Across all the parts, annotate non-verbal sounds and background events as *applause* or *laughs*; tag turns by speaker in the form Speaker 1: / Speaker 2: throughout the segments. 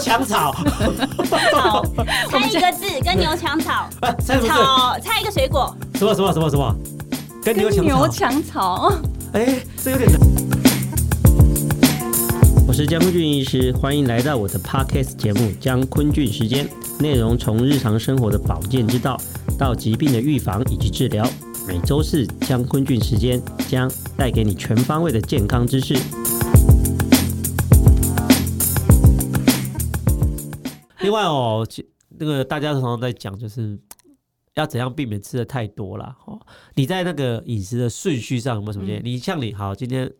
Speaker 1: 墙草， *laughs*
Speaker 2: 好，猜一个字，跟牛抢草，
Speaker 1: 啊猜什么
Speaker 2: 草猜一个水果，
Speaker 1: 字？什么什么什么什么？跟牛
Speaker 3: 跟
Speaker 1: 墙
Speaker 3: 牛
Speaker 1: 草？
Speaker 3: 墙草，
Speaker 1: 哎、这有点难。我是江坤俊医师，欢迎来到我的 podcast 节目《江坤俊时间》，内容从日常生活的保健之道到疾病的预防以及治疗。每周四江坤俊时间将带给你全方位的健康知识。另外哦，其那个大家常常在讲，就是要怎样避免吃的太多啦。哦，你在那个饮食的顺序上有没有什么建议？
Speaker 3: 嗯
Speaker 1: 你像你好，今天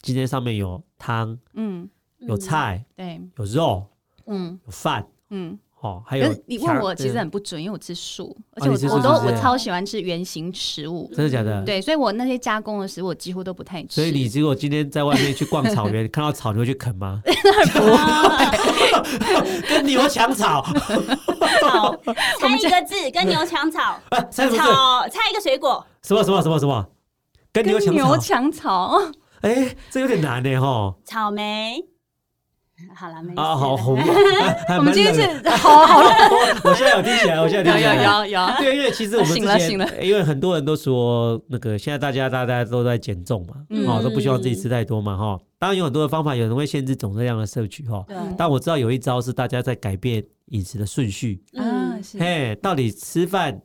Speaker 1: 今天上面有汤、
Speaker 3: 嗯，
Speaker 1: 有菜、
Speaker 3: 对，
Speaker 1: 有肉、
Speaker 3: 嗯
Speaker 1: 有饭，
Speaker 3: 嗯。
Speaker 1: 哦，还
Speaker 3: 可
Speaker 1: 有
Speaker 3: 是你问我
Speaker 1: 条
Speaker 3: 其实
Speaker 1: 嗯
Speaker 3: 很不准，因为我吃素，而
Speaker 1: 哦
Speaker 3: 且
Speaker 1: 你吃
Speaker 3: 我
Speaker 1: 素
Speaker 3: 我都
Speaker 1: 是不
Speaker 3: 我
Speaker 1: 是
Speaker 3: 超喜欢吃圆形食物，
Speaker 1: 真的假的？。
Speaker 3: 嗯对，所以我那些加工的食物我几乎都不太吃。
Speaker 1: 所以你如果今天在外面去逛草
Speaker 3: *laughs*
Speaker 1: 原，看到草你会去啃吗？
Speaker 2: *laughs* 啊
Speaker 1: 跟牛抢草， *laughs*
Speaker 2: 草猜一个字，跟牛抢草，
Speaker 1: 哎，猜什么字？
Speaker 2: 草猜一个水果，
Speaker 1: 什么什么什么什么？跟牛
Speaker 3: 跟
Speaker 1: 抢
Speaker 3: 牛
Speaker 1: 草？*laughs*
Speaker 3: 墙草，
Speaker 1: 哎，这有点难呢，哈。
Speaker 2: 草莓。好了，没事。
Speaker 1: 啊，好红啊！
Speaker 3: *laughs*
Speaker 1: 还还
Speaker 3: 我
Speaker 1: 蛮
Speaker 3: 们今天
Speaker 1: 冷的
Speaker 3: 是好好了，
Speaker 1: *laughs* 我现在有听起来，我现在有
Speaker 3: 有
Speaker 1: 听起来。
Speaker 3: 有有有，
Speaker 1: *laughs* 对，啊因为其实我们之
Speaker 3: 醒了
Speaker 1: 前，
Speaker 3: 醒了
Speaker 1: 因为很多人都说那个现在大家大家都在减重嘛，
Speaker 3: 嗯
Speaker 1: 哦，都不希望自己吃太多嘛，哈、当然有很多的方法，有人会限制总热量的摄取，哈、
Speaker 3: 嗯
Speaker 2: 对，
Speaker 1: 但我知道有一招是大家在改变饮食的顺序，
Speaker 3: *laughs* 啊，
Speaker 2: 嗯
Speaker 3: 是，
Speaker 1: 嘿，到底吃饭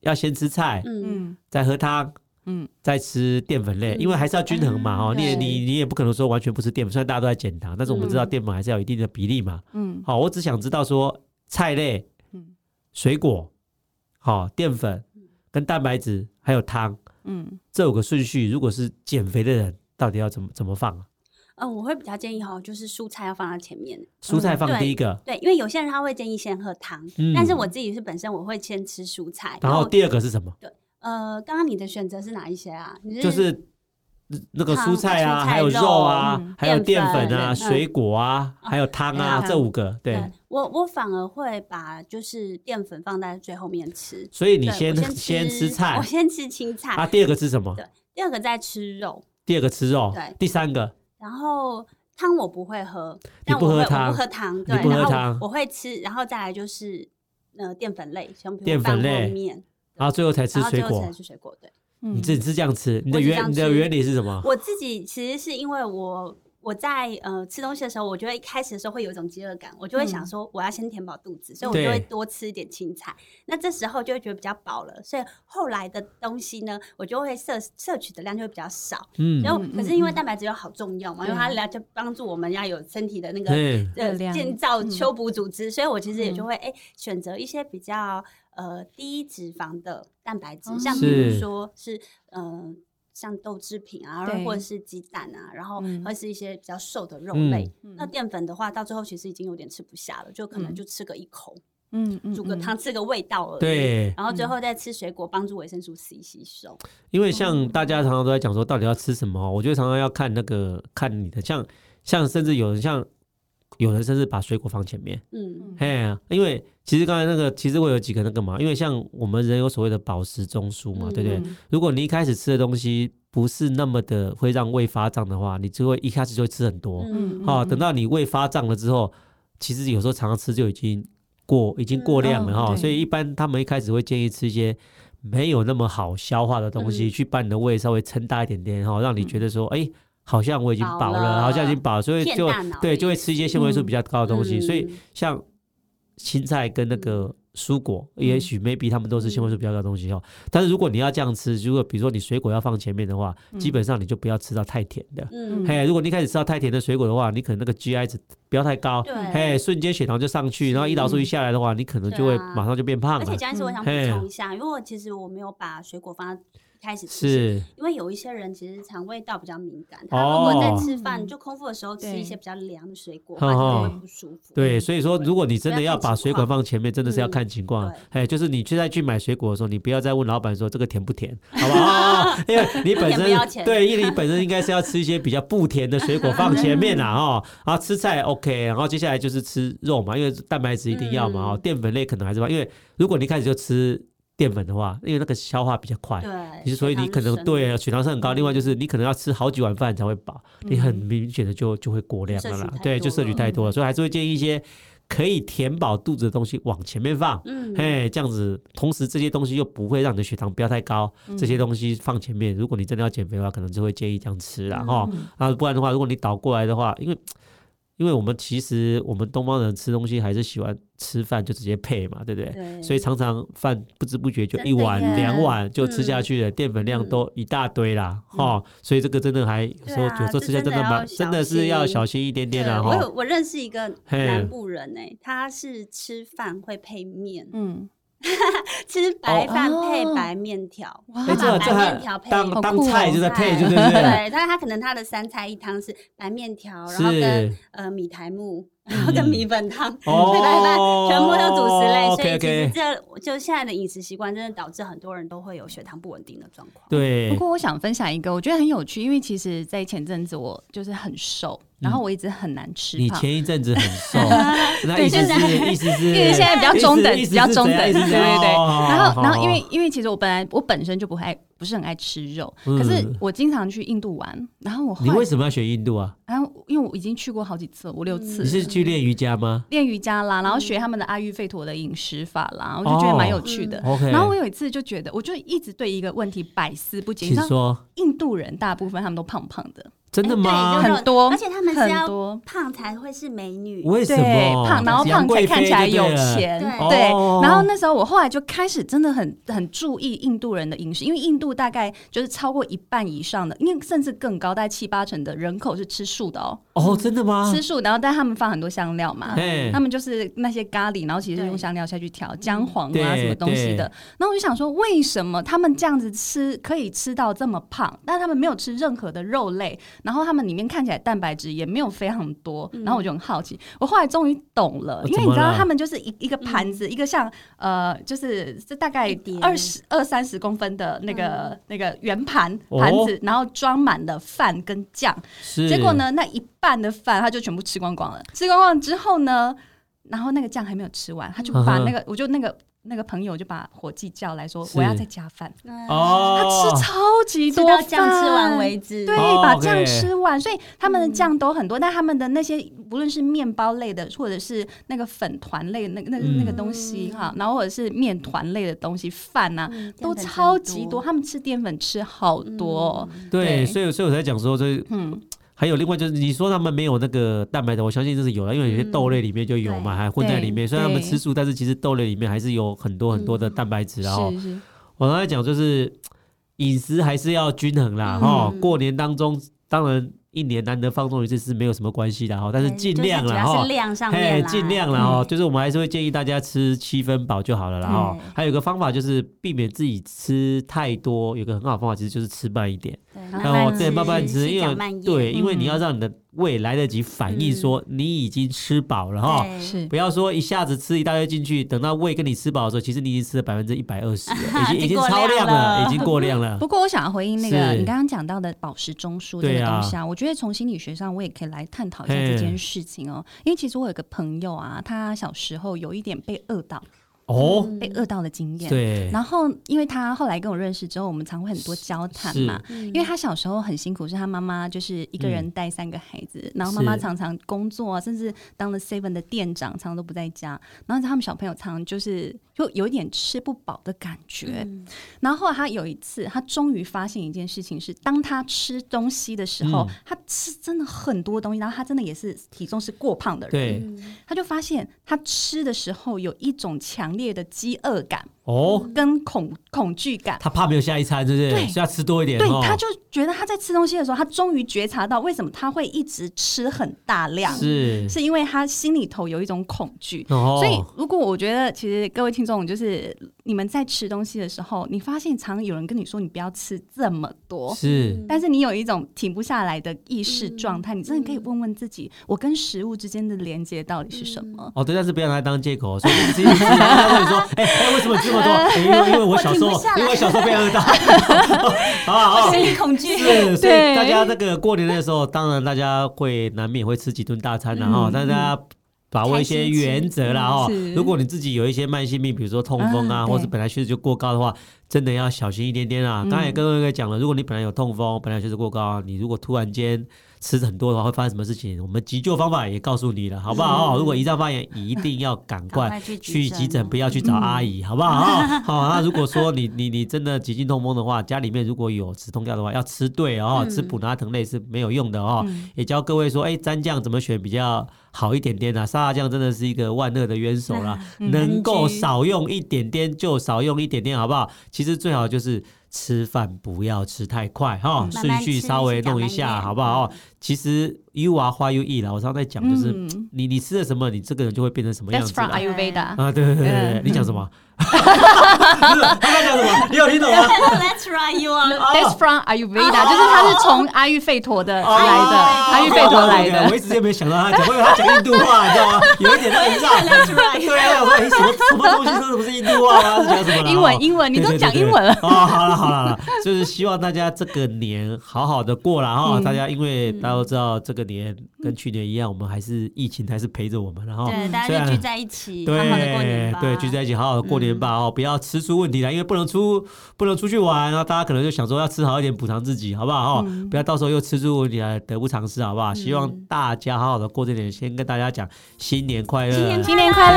Speaker 1: 要先吃菜，
Speaker 2: 嗯，
Speaker 3: 嗯
Speaker 1: 再喝汤。
Speaker 3: 嗯，
Speaker 1: 再吃淀粉类，
Speaker 2: 嗯
Speaker 1: 因为还是要均衡嘛，哦，
Speaker 3: 嗯
Speaker 1: 你也
Speaker 2: 对
Speaker 1: 你你也不可能说完全不吃淀粉，虽然大家都在减糖，但是我们知道淀粉还是要有一定的比例嘛。
Speaker 3: 嗯
Speaker 1: 好，我只想知道说菜类、
Speaker 3: 嗯
Speaker 1: 水果、好、淀粉跟蛋白质，还有汤，
Speaker 3: 嗯，
Speaker 1: 这有个顺序。如果是减肥的人，到底要怎么怎么放啊？
Speaker 2: 嗯，我会比较建议哈，就是蔬菜要放在前面。
Speaker 1: 蔬菜
Speaker 2: 嗯
Speaker 1: 放
Speaker 2: 对
Speaker 1: 第一个，
Speaker 2: 对，因为有些人他会建议先喝汤，
Speaker 1: 嗯
Speaker 2: 但是我自己是本身我会先吃蔬菜，
Speaker 1: 然后第二个是什么？
Speaker 2: 呃，刚刚你的选择是哪一些啊？你
Speaker 1: 就是那个蔬
Speaker 2: 汤
Speaker 1: 菜啊，
Speaker 2: 蔬菜
Speaker 1: 还有
Speaker 2: 肉
Speaker 1: 肉啊，
Speaker 3: 嗯
Speaker 1: 还有淀
Speaker 2: 淀
Speaker 1: 粉
Speaker 2: 粉
Speaker 1: 啊、
Speaker 2: 嗯哦
Speaker 1: 水果啊，还有汤啊，
Speaker 3: 还有
Speaker 1: 这五个对。
Speaker 2: 嗯我我反而会把就是淀粉放在最后面吃。
Speaker 1: 所以你
Speaker 2: 对
Speaker 1: 先
Speaker 2: 我
Speaker 1: 先吃菜
Speaker 2: 我先吃青菜，
Speaker 1: 啊，第二个吃什么？
Speaker 2: 对第二个再吃肉，
Speaker 1: 第二个吃肉
Speaker 2: 对，
Speaker 1: 第三个
Speaker 2: 然后汤我不会喝，
Speaker 1: 你
Speaker 2: 但
Speaker 1: 不
Speaker 2: 我
Speaker 1: 喝
Speaker 2: 会
Speaker 1: 汤
Speaker 2: 我不喝汤，
Speaker 1: 你
Speaker 2: 对，
Speaker 1: 不喝
Speaker 2: 然后
Speaker 1: 汤
Speaker 2: 我我会吃，然后再来就是呃淀粉类，像比
Speaker 1: 淀
Speaker 2: 如
Speaker 1: 粉
Speaker 2: 饭后
Speaker 1: 类
Speaker 2: 面，
Speaker 1: 然后最后才吃
Speaker 2: 然后
Speaker 1: 水
Speaker 2: 最后
Speaker 1: 果
Speaker 2: 才。吃水果。对，
Speaker 1: 你
Speaker 3: 嗯
Speaker 1: 这你是这样吃，你的
Speaker 2: 我是这
Speaker 1: 原
Speaker 2: 样
Speaker 1: 你的
Speaker 2: 吃
Speaker 1: 原理是什
Speaker 3: 啊
Speaker 1: 么？
Speaker 2: 我自己其实是因为我。我在呃吃东西的时候，我觉得一开始的时候会有一种饥饿感，我就会想
Speaker 3: 嗯
Speaker 2: 说我要先填饱肚子，所以我就会
Speaker 1: 对
Speaker 2: 多吃一点青菜。那这时候就会觉得比较饱了，所以后来的东西呢，我就会摄摄取的量就会比较少。
Speaker 1: 嗯，
Speaker 2: 然后
Speaker 3: 嗯
Speaker 2: 可是因为蛋白质又好重要嘛，因为它
Speaker 3: 对
Speaker 2: 来就帮助我们要有身体的那个
Speaker 1: 对，
Speaker 3: 热
Speaker 2: 呃
Speaker 3: 量
Speaker 2: 建造
Speaker 3: 嗯
Speaker 2: 修补组织，所以我其实也就
Speaker 3: 嗯
Speaker 2: 会哎、选择一些比较呃低脂肪的蛋白质，
Speaker 3: 哦
Speaker 2: 像比如
Speaker 1: 是
Speaker 2: 说是呃像豆制品啊
Speaker 3: 对，
Speaker 2: 或者是鸡蛋啊，然后
Speaker 3: 嗯
Speaker 2: 或是一些比较瘦的肉
Speaker 1: 嗯
Speaker 2: 类。
Speaker 3: 嗯
Speaker 2: 那淀粉的话，到最后其实已经有点吃不下了，就可能
Speaker 3: 嗯
Speaker 2: 就吃个一口，
Speaker 3: 嗯嗯
Speaker 2: 煮个汤，吃个味道而已。
Speaker 1: 对
Speaker 2: 然后最
Speaker 3: 嗯
Speaker 2: 后再吃水果，帮助维生素 C 吸收。
Speaker 1: 因为像大家常常都在讲说，到底要吃什么哦？我觉得常常要看那个看你的，像像甚至有人像有人甚至把水果放前面，
Speaker 2: 嗯，
Speaker 1: 嘿啊、因为其实刚才那个其实会有几个那个嘛，因为像我们人有所谓的饱食中枢嘛，
Speaker 2: 嗯
Speaker 1: 对不对
Speaker 3: 嗯？
Speaker 1: 如果你一开始吃的东西不是那么的会让胃发胀的话，你就会一开始就会吃很多，
Speaker 2: 嗯，
Speaker 1: 哦，等到你胃发胀了之后，其实有时候常常吃就已经过已经过量了
Speaker 3: 嗯
Speaker 1: 哈、
Speaker 3: 哦对
Speaker 1: 所以一般他们一开始会建议吃一些没有那么好消化的东西，
Speaker 2: 嗯
Speaker 1: 去把你的胃稍微撑大一点点哈、让你觉得说，哎、好像我已经
Speaker 2: 饱
Speaker 1: 饱了，
Speaker 2: 了
Speaker 1: 好像已经饱了，所以
Speaker 2: 骗
Speaker 1: 就
Speaker 2: 大脑
Speaker 1: 对
Speaker 2: 的
Speaker 1: 就会
Speaker 2: 意思
Speaker 1: 吃一些纤维素比较高的东西，
Speaker 2: 嗯
Speaker 1: 所以像青菜跟那个。蔬果
Speaker 2: 嗯
Speaker 1: 也许 maybe 他们都是纤维素比较高的东西哦，但是如果你要这样吃，如果比如说你水果要放前面的话，基本上你就不要吃到太甜的，
Speaker 2: 嗯，
Speaker 1: 嘿，如果你一开始吃到太甜的水果的话，你可能那个 GI 值不要太高，
Speaker 2: 对
Speaker 1: 嘿，瞬间血糖就上去，
Speaker 2: 是
Speaker 1: 然后胰岛素一下来的话，你可能就会
Speaker 2: 对啊
Speaker 1: 马上就变胖
Speaker 2: 而
Speaker 1: 了
Speaker 2: 且，江医师，我想
Speaker 1: 嗯
Speaker 2: 补
Speaker 1: 嘿
Speaker 2: 充一下，因为我其实我没有把水果放在一开始吃进去，
Speaker 1: 是
Speaker 2: 因为有一些人其实肠胃道比较敏感，他如果在吃饭、
Speaker 3: 哦
Speaker 2: 就空腹的时候吃
Speaker 3: 对
Speaker 2: 一些比较凉的水果，
Speaker 1: 哦
Speaker 2: 他就
Speaker 3: 哦
Speaker 2: 会不舒服。
Speaker 1: 对，所以说如果你真的
Speaker 2: 嗯不要
Speaker 1: 要
Speaker 2: 看
Speaker 1: 把
Speaker 2: 情
Speaker 1: 水果
Speaker 2: 况
Speaker 1: 放前面，真的是要
Speaker 2: 嗯
Speaker 1: 看情况
Speaker 2: 对，
Speaker 1: 嘿，就是你去再去买水果的时候，你不要再问老板说这个甜不甜，好
Speaker 2: *laughs*
Speaker 1: 不好？因为你本
Speaker 2: 甜不要
Speaker 1: 身
Speaker 2: 钱
Speaker 1: 对，因为你本身应该是要吃一些比较不甜的水果放前面啦，哦，然后吃菜 OK，然后接下来就是吃肉嘛，因为蛋白质一定要嘛，
Speaker 2: 嗯
Speaker 1: 哦，淀粉类可能还是吧，因为如果你一开始就吃淀粉的话，因为那个消化比较快，
Speaker 2: 对，
Speaker 1: 你所以你可能对啊血糖是很高，另外就是你可能要吃好几碗饭才会饱，你很明显的就就会过量了
Speaker 2: 嗯摄取
Speaker 1: 啦
Speaker 2: 太，
Speaker 1: 对，
Speaker 2: 多
Speaker 1: 就摄取
Speaker 2: 了嗯
Speaker 1: 太多了，所以还是会建议一些可以填饱肚子的东西往前面放。
Speaker 2: 嗯，
Speaker 1: 嘿，这样子，同时这些东西又不会让你的血糖不要太高，
Speaker 3: 嗯
Speaker 1: 这
Speaker 2: 嗯
Speaker 1: 些东西放前面。如果你真的要减肥的话，可能就会建议这样吃
Speaker 2: 嗯
Speaker 1: 啦。哈、啊，不然的话，如果你倒过来的话，因为因为我们其实我们东方人吃东西还是喜欢吃饭就直接配嘛，对不对？
Speaker 2: 对，
Speaker 1: 所以常常饭不知不觉就
Speaker 2: 真的
Speaker 3: 耶
Speaker 1: 一碗两碗就吃下去了，淀粉量都一大堆啦，哈、所以这个真的还有时候
Speaker 2: 对啊
Speaker 1: 有时候吃下
Speaker 2: 这真的
Speaker 1: 真的蛮
Speaker 2: 要小
Speaker 1: 真的是要小心一点点啦，
Speaker 2: 对我
Speaker 1: 哈
Speaker 2: 有。我认识一个
Speaker 1: 嘿
Speaker 2: 南部人哎、他是吃饭会配面，
Speaker 3: 嗯，
Speaker 2: 吃白饭
Speaker 3: 哦
Speaker 2: 配白面条，
Speaker 3: 哇
Speaker 1: 哎、
Speaker 2: 他
Speaker 1: 这个
Speaker 2: 把
Speaker 1: 这
Speaker 2: 白面
Speaker 1: 还
Speaker 2: 条配
Speaker 1: 当
Speaker 3: 好
Speaker 1: 当
Speaker 3: 酷哦
Speaker 1: 菜就在配，就对不对？
Speaker 2: *laughs* 对，但是他可能他的三菜一汤是白面条，然后跟
Speaker 1: 是嗯
Speaker 2: 呃米苔木，然后跟米粉汤，
Speaker 1: 哦
Speaker 2: *laughs* 对白饭全部都主食类，所以其
Speaker 1: OK，OK
Speaker 2: 实这就现在的饮食习惯，真的导致很多人都会有血糖不稳定的状况。
Speaker 1: 对
Speaker 3: 不，过我想分享一个，我觉得很有趣，因为其实，在前阵子我就是很瘦，然后我一直很难吃
Speaker 1: 嗯你
Speaker 3: 胖。
Speaker 1: 前一阵子很瘦，那
Speaker 3: 对
Speaker 1: 意思
Speaker 3: 现在
Speaker 1: 是意思是，
Speaker 3: 因为现在比较中等，比较中等，对对对。然
Speaker 1: 然
Speaker 3: 后，然后因为因为其实我本来我本身就不太不是很爱吃肉，
Speaker 1: 嗯
Speaker 3: 可是我经常去印度玩，然后我后
Speaker 1: 你
Speaker 3: 来
Speaker 1: 为什么要学印度啊？
Speaker 3: 然后因为我已经去过好几次了，五六
Speaker 1: 你
Speaker 3: 次了。
Speaker 1: 是嗯去练瑜伽吗
Speaker 3: 练瑜伽啦，然后学他们的阿育吠陀的饮食法啦，
Speaker 1: 哦
Speaker 3: 我就觉得蛮有趣的。
Speaker 1: ？OK，
Speaker 3: 然后我有一次就觉得，我就一直对一个问题百思不解。你
Speaker 1: 请
Speaker 3: 知道
Speaker 1: 说，
Speaker 3: 印度人大部分他们都胖胖的，
Speaker 1: 真的吗
Speaker 2: 哎对？
Speaker 3: 很多
Speaker 2: 而且他们是
Speaker 3: 很
Speaker 2: 要
Speaker 3: 多
Speaker 2: 胖才会是美女，
Speaker 1: 为什
Speaker 3: 对
Speaker 1: 么
Speaker 3: 胖，然后
Speaker 1: 杨
Speaker 3: 胖才
Speaker 1: 贵妃
Speaker 3: 看起来有
Speaker 1: 就对了
Speaker 3: 钱
Speaker 2: 对，
Speaker 3: 对
Speaker 1: 哦。
Speaker 3: 然后那时候我后来就开始真的很很注意印度人的饮食，因为印度大概就是超过一半以上的，因为甚至更高，大概七八成的人口是吃素的哦，
Speaker 1: 哦，真的吗？
Speaker 3: 吃素，然后但他们放很多香料嘛，
Speaker 1: 哎
Speaker 3: 他们就是那些咖喱，然后其实
Speaker 2: 对
Speaker 3: 用香料下去调姜黄啊
Speaker 1: 对
Speaker 3: 什么东西的。那我就想说，为什么他们这样子吃可以吃到这么胖，但他们没有吃任何的肉类，然后他们里面看起来蛋白质也没有非常多。
Speaker 1: 嗯
Speaker 3: 然后我就很好奇，我后来终于懂了，
Speaker 1: 哦
Speaker 3: 因为
Speaker 1: 怎
Speaker 3: 你
Speaker 1: 么
Speaker 3: 知道
Speaker 1: 了
Speaker 3: 他们就是一一个盘子，一个像呃，就是这大概
Speaker 2: 一碟
Speaker 3: 二十二三十公分的那个、那个圆盘
Speaker 1: 哦
Speaker 3: 盘子，然后装满了饭跟酱。
Speaker 1: 是
Speaker 3: 结果？呢，那一半的饭他就全部吃光光了。吃光光之后呢，然后那个酱还没有吃完，
Speaker 1: 嗯
Speaker 3: 他就把那个，我就那个那个朋友就把伙计叫来说，
Speaker 1: 是
Speaker 3: 我要再加饭。
Speaker 2: 嗯
Speaker 3: 他
Speaker 1: 哦，
Speaker 3: 吃超级
Speaker 2: 吃
Speaker 3: 多
Speaker 2: 到
Speaker 3: 饭，
Speaker 2: 酱吃完为止。
Speaker 3: 对，
Speaker 1: 哦
Speaker 3: 把
Speaker 1: OK
Speaker 3: 酱吃完，所以他们的酱都很多，但他们的那些无论是面包类的，或者是那个粉团类的那个那个
Speaker 1: 嗯
Speaker 3: 那个东西哈，然后或者是面团类的东西饭啊，
Speaker 2: 嗯
Speaker 3: 都
Speaker 2: 淀粉
Speaker 3: 超
Speaker 2: 真
Speaker 3: 级多，他们吃淀粉吃好多哦，
Speaker 1: 对，
Speaker 3: 对
Speaker 1: 所以所以我才讲说这。
Speaker 3: 嗯，
Speaker 1: 还有另外就是你说他们没有那个蛋白的，我相信这是有了，因为有些豆类里面就有嘛，还混在里面。
Speaker 3: 对
Speaker 1: 虽然他们吃素，但是其实豆类里面还是有很多很多的蛋白质啊。哦
Speaker 3: 是是，
Speaker 1: 我刚才讲就是饮食还是要均衡啦，
Speaker 2: 嗯
Speaker 1: 哈、过年当中当然一年难得放纵一次是没有什么关系的哈，但是尽量
Speaker 2: 就是
Speaker 1: 啦
Speaker 2: 主要
Speaker 1: 哈
Speaker 2: 是。量上
Speaker 1: 嘿
Speaker 2: 面，啦，
Speaker 1: 尽量啦哦，就是我们还是会建议大家吃七分饱就好了啦哦
Speaker 2: 对。
Speaker 1: 还有一个方法就是避免自己吃太多，有个很好的方法其实就是吃慢一点，
Speaker 2: 对，
Speaker 3: 慢
Speaker 1: 然后
Speaker 3: 慢
Speaker 1: 再
Speaker 3: 吃
Speaker 1: 哦慢慢吃，
Speaker 2: 细
Speaker 1: 因
Speaker 2: 嚼
Speaker 1: 为
Speaker 2: 慢咽
Speaker 1: 对，因为你
Speaker 3: 嗯
Speaker 1: 要让你的胃来得及反应
Speaker 2: 嗯
Speaker 1: 说你已经吃饱了哈。
Speaker 2: 对
Speaker 3: 是
Speaker 1: 不要说一下子吃一大堆进去，等到胃跟你吃饱的时候，其实你已经吃了百分之一百二十了，已经已
Speaker 2: 已
Speaker 1: 经
Speaker 2: 经过
Speaker 1: 超量
Speaker 2: 量
Speaker 1: 了，
Speaker 2: 了
Speaker 1: 已经过量
Speaker 3: *laughs*
Speaker 1: 了。
Speaker 3: 不过我想要回应那个
Speaker 1: 是
Speaker 3: 你刚刚讲到的饱食中枢这
Speaker 1: 对
Speaker 3: 个
Speaker 1: 啊
Speaker 3: 东西啊，我觉得从心理学上我也可以来探讨一下这件事情哦。因为其实我有个朋友啊，他小时候有一点被饿到，
Speaker 1: 哦，
Speaker 3: 被饿到的经验。
Speaker 1: 对，
Speaker 3: 然后，因为他后来跟我认识之后，我们常会很多交谈
Speaker 1: 是
Speaker 3: 嘛。
Speaker 2: 嗯
Speaker 3: 因为他小时候很辛苦，是他妈妈就是一个人带三个孩子，然后妈妈
Speaker 1: 嗯是
Speaker 3: 常常工作啊，甚至当了 seven 的店长，常常都不在家。然后他们小朋友常常就是就有一点吃不饱的感觉。
Speaker 1: 嗯
Speaker 3: 然后后来他有一次，他终于发现一件事情是，当他吃东西的时候，
Speaker 1: 嗯
Speaker 3: 他吃真的很多东西，然后他真的也是体重是过胖的人，
Speaker 1: 对，
Speaker 3: 他就发现他吃的时候有一种强烈的饥饿感
Speaker 1: 哦，
Speaker 3: 跟恐恐惧感。
Speaker 1: 他怕没有下一餐，对不对？所
Speaker 3: 对
Speaker 1: 以要吃多一点。
Speaker 3: 对
Speaker 1: 哦，
Speaker 3: 他就觉得他在吃东西的时候，他终于觉察到为什么他会一直吃很大量，
Speaker 1: 是，
Speaker 3: 是因为他心里头有一种恐惧。
Speaker 1: 哦，
Speaker 3: 所以，如果我觉得，其实各位听众，就是你们在吃东西的时候，你发现常有人跟你说你不要吃这么多，
Speaker 1: 是
Speaker 3: 但是你有一种停不下来的意识状态，你真的可以问问自己，我跟食物之间的连接到底是什么？
Speaker 1: 哦，对，但是不要拿它当借口，哦所以你自己吃，然后他问你说，哎哎，为什么你吃那
Speaker 2: *laughs*
Speaker 1: 么多？哎因为因为我小时候
Speaker 2: 我停不下，来
Speaker 1: 因为我小时
Speaker 2: *laughs*
Speaker 1: 候被饿到， *laughs* 好不好？啊
Speaker 2: 心理恐惧，
Speaker 1: 哦
Speaker 2: *laughs*
Speaker 1: 是，所以
Speaker 3: 对
Speaker 1: 大家那个过年的时候，当然大家会难免会吃几顿大餐然后
Speaker 3: 嗯
Speaker 1: 但是大家把握一些原则啦
Speaker 3: 开
Speaker 1: 哦
Speaker 3: 心吃嗯。是
Speaker 1: 如果你自己有一些慢性病，比如说痛风啊，
Speaker 3: 嗯
Speaker 1: 或者
Speaker 3: 对
Speaker 1: 本来血脂就过高的话，真的要小心一点点啊！刚才也跟各位讲了，如果你本来有痛风，本来血脂过高，你如果突然间吃很多的话，会发生什么事情？我们急救方法也告诉你了，好不好？如果胰脏发炎，一定要赶
Speaker 2: 赶
Speaker 1: 快
Speaker 2: 快去急
Speaker 1: 去
Speaker 2: 诊
Speaker 1: 急诊，
Speaker 2: 哦
Speaker 1: 不要去找阿姨，
Speaker 2: *laughs*
Speaker 1: 好不好？好，那如果说你你你真的急性痛风的话，家里面如果有止痛药的话，要吃对哦，
Speaker 2: 嗯
Speaker 1: 吃普拿疼类是没有用的哦。也教各位说，哎，蘸酱怎么选比较好一点点啊？沙拉酱真的是一个万恶的冤手
Speaker 2: *laughs*
Speaker 1: 啦，
Speaker 2: 嗯
Speaker 1: 能够少用一点点就少用一点点，好不好？其实最好就是吃饭不要吃太快哈，
Speaker 2: 慢
Speaker 1: 顺
Speaker 2: 慢
Speaker 1: 序
Speaker 2: 吃
Speaker 1: 稍微
Speaker 2: 吃到
Speaker 1: 弄一
Speaker 2: 嗯慢一
Speaker 1: 下，
Speaker 2: 点
Speaker 1: 好不好？哦其实 you are what you eat 啦，我常常在讲，就是
Speaker 3: 嗯
Speaker 1: 你你吃了什么，你这个人就会变成什么样
Speaker 3: That's
Speaker 1: 子啦
Speaker 3: from Ayurveda。
Speaker 1: 啊，对对对对对，
Speaker 3: 嗯
Speaker 1: 你讲什
Speaker 3: *laughs*
Speaker 1: 么？不是他在讲什么？ *laughs* 你有听懂吗？
Speaker 2: *laughs* Let's try you
Speaker 1: 哦
Speaker 2: on。
Speaker 3: That's from Ayurveda，就是它是从阿育吠陀的来
Speaker 1: 哦
Speaker 3: 的，阿育
Speaker 1: 哦
Speaker 3: 吠陀
Speaker 1: 哦
Speaker 3: 来
Speaker 1: 对我
Speaker 3: 的。
Speaker 1: 一直也没有想到他讲，我以为他讲印度话，你知
Speaker 3: *laughs*
Speaker 1: 道吗？有一点那很绕。
Speaker 2: Let's try。
Speaker 1: 对啊，我说哎，什么什么东西？说什么是印度话啊？是讲什么啦？
Speaker 3: 英文
Speaker 1: 哦
Speaker 3: 英文你都
Speaker 1: 对对
Speaker 3: 讲
Speaker 1: 对对
Speaker 3: 英文了
Speaker 1: 哦，好了好了好了，就是希望大家这个年好好的过了
Speaker 3: 嗯
Speaker 1: 哈。大家因为大家都知道，这个年跟去年一样，我们还是疫情还是陪着我们，然后
Speaker 2: 对，大
Speaker 1: 虽
Speaker 2: 家
Speaker 1: 然
Speaker 2: 就聚在一起，好
Speaker 1: 对
Speaker 2: 好的过年吧。嗯
Speaker 1: 对，聚在一起好好地过年吧、哦，不要吃出问题来，因为不能出不能出去玩，然啊后大家可能就想说要吃好一点补偿自己，好不好？哦，
Speaker 2: 嗯
Speaker 1: 不要到时候又吃出问题来，得不偿失，好不好？希望大家好好的过这年，先跟大家讲新年快乐，
Speaker 2: 新年快乐
Speaker 3: 新年快